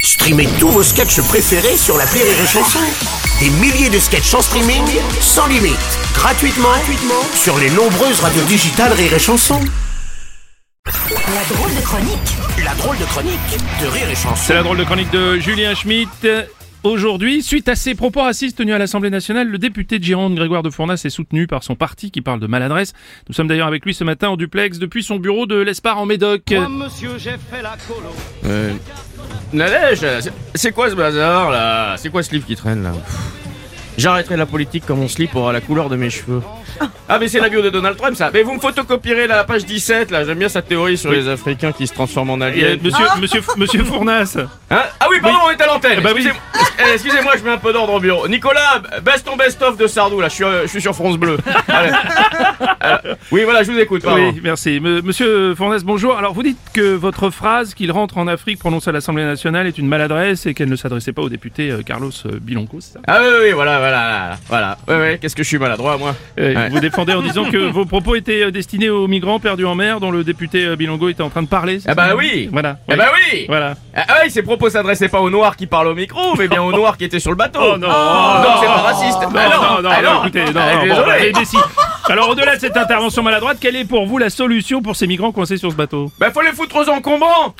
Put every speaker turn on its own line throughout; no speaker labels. Streamez tous vos sketchs préférés sur la Rire et Chanson. Des milliers de sketchs en streaming, sans limite, gratuitement, gratuitement sur les nombreuses radios digitales Rire et Chanson. La drôle de chronique, la drôle de chronique de Rire et Chanson.
C'est la drôle de chronique de Julien Schmitt. Euh, Aujourd'hui, suite à ses propos racistes tenus à l'Assemblée nationale, le député de Gironde, Grégoire de Fournas, est soutenu par son parti qui parle de maladresse. Nous sommes d'ailleurs avec lui ce matin en duplex depuis son bureau de l'Espar en Médoc.
Moi, monsieur, j'ai fait la colo.
Nadège, c'est- c'est quoi ce bazar là C'est quoi ce livre qui traîne là Pff. J'arrêterai la politique quand mon slip aura la couleur de mes cheveux. Ah mais c'est la bio de Donald Trump ça Mais vous me photocopierez la page 17 là, j'aime bien sa théorie sur les Africains qui se transforment en
Euh,
aliens.
monsieur, monsieur, monsieur Fournas.
Hein ah oui pardon, on est à l'antenne
Eh bah oui.
Excusez-moi, Eh, excusez-moi, je mets un peu d'ordre au bureau. Nicolas, baisse ton best-of de Sardou là, je suis, euh, je suis sur France Bleu. Allez. Euh, oui voilà, je vous écoute. pardon.
Oui, merci. Me- monsieur Fournas, bonjour. Alors, vous dites que votre phrase qu'il rentre en Afrique prononcée à l'Assemblée nationale est une maladresse et qu'elle ne s'adressait pas au député euh, Carlos euh, Bilonco, c'est ça
Ah oui, oui, voilà, voilà, voilà. Ouais, ouais, qu'est-ce que je suis maladroit moi
Euh,
Ouais.
Vous défendez en disant que vos propos étaient euh, destinés aux migrants perdus en mer dont le député euh, Bilongo était en train de parler. c'est
Ah bah
ça
oui.
Voilà.
Eh
oui.
bah oui
Voilà.
Ah ah oui, ses propos s'adressaient pas aux noirs qui parlent au micro, mais bien aux noirs qui étaient sur le bateau.
Oh non Oh.
Donc c'est pas raciste.
Non,
Ah
non, non,
ah
non, écoutez, non, non,
Ah,
bon, bah,
désolé.
allez, décide. Alors au-delà de cette intervention maladroite, quelle est pour vous la solution pour ces migrants coincés sur ce bateau
Bah faut les foutre aux encombrants.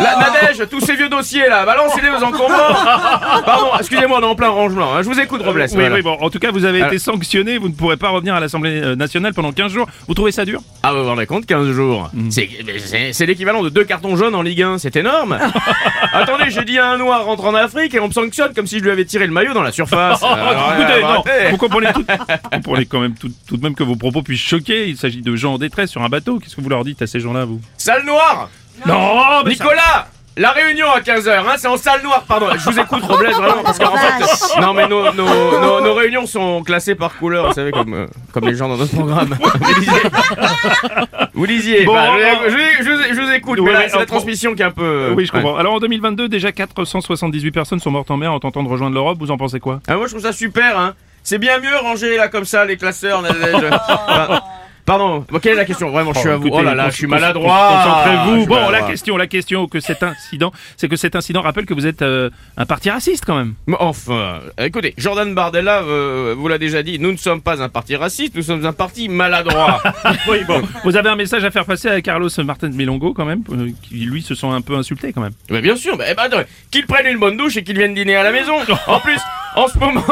La Nadège, tous ces vieux dossiers là, balancez-les aux encombrants. Pardon, excusez-moi, on est en plein rangement. hein. Je vous écoute, Robles.
Euh, Oui,
voilà. Ah.
oui, bon, en tout cas, vous avez été
Alors-
sanctionné, vous ne pourrez pas revenir à l'Assemblée euh, nationale pendant 15 jours. Vous trouvez ça dur
Ah, vous vous rendez compte, 15 jours.
Mm.
C'est- mais C'est c'est l'équivalent de deux cartons jaunes en Ligue 1, c'est énorme. Attendez, j'ai dit à un noir rentre en Afrique et on me sanctionne comme si je lui avais tiré le maillot dans la surface. Alors,
Oh, Ah, Écoutez, non,
Ah, arrêtez.
vous comprenez, tout, vous comprenez quand même tout, tout de même que vos propos puissent choquer. Il s'agit de gens en détresse sur un bateau. Qu'est-ce que vous leur dites à ces gens-là, vous
Sale noir
Non, mais ça-
Nicolas la réunion à 15h, hein, c'est en salle noire, pardon. Je vous écoute, Robles, vraiment, parce qu'en fait, non mais nos, nos, nos, nos réunions sont classées par couleur, vous savez, comme, euh, comme les gens dans notre programme. Vous lisiez. Vous lisiez.
Bon,
Bah,
euh,
je, je- je vous- je vous écoute,
ouais,
mais là,
ouais,
c'est
on-
la transmission qui est un peu...
Oui, je
Euh, Ouais.
comprends. Alors en 2022, déjà 478 personnes sont mortes en mer en tentant de rejoindre l'Europe. Vous en pensez quoi
Ah, moi, je trouve ça super, hein. C'est bien mieux rangé, là, comme ça, les classeurs. là, là, je- Enfin, Pardon, Bon, quelle est la question Vraiment, je suis à vous. Oh là là, je suis maladroit. Je
Concentrez-vous.
suis
Bon, la
maladroit.
question, la question que cet incident, c'est que cet incident rappelle que vous êtes euh, un parti raciste quand même.
Mais Enfin, écoutez, Jordan Bardella euh, vous l'a déjà dit, nous ne sommes pas un parti raciste, nous sommes un parti maladroit. oui, bon.
Vous avez un message à faire passer à Carlos Martin Melongo quand même, euh, qui lui se sent un peu insulté quand même.
Mais bien sûr, bah, eh ben, attends, qu'ils prennent une bonne douche et qu'ils viennent dîner à la maison. En plus, en ce moment.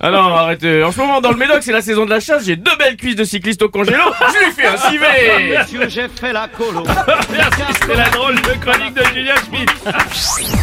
ah non, arrêtez. En ce moment, dans le Médoc, c'est la saison de la chasse, j'ai deux belles cuisses de cycliste au congélo, je lui fais un civet
Monsieur, j'ai fait la colo.
C'est la drôle de chronique de Julien Schmitt.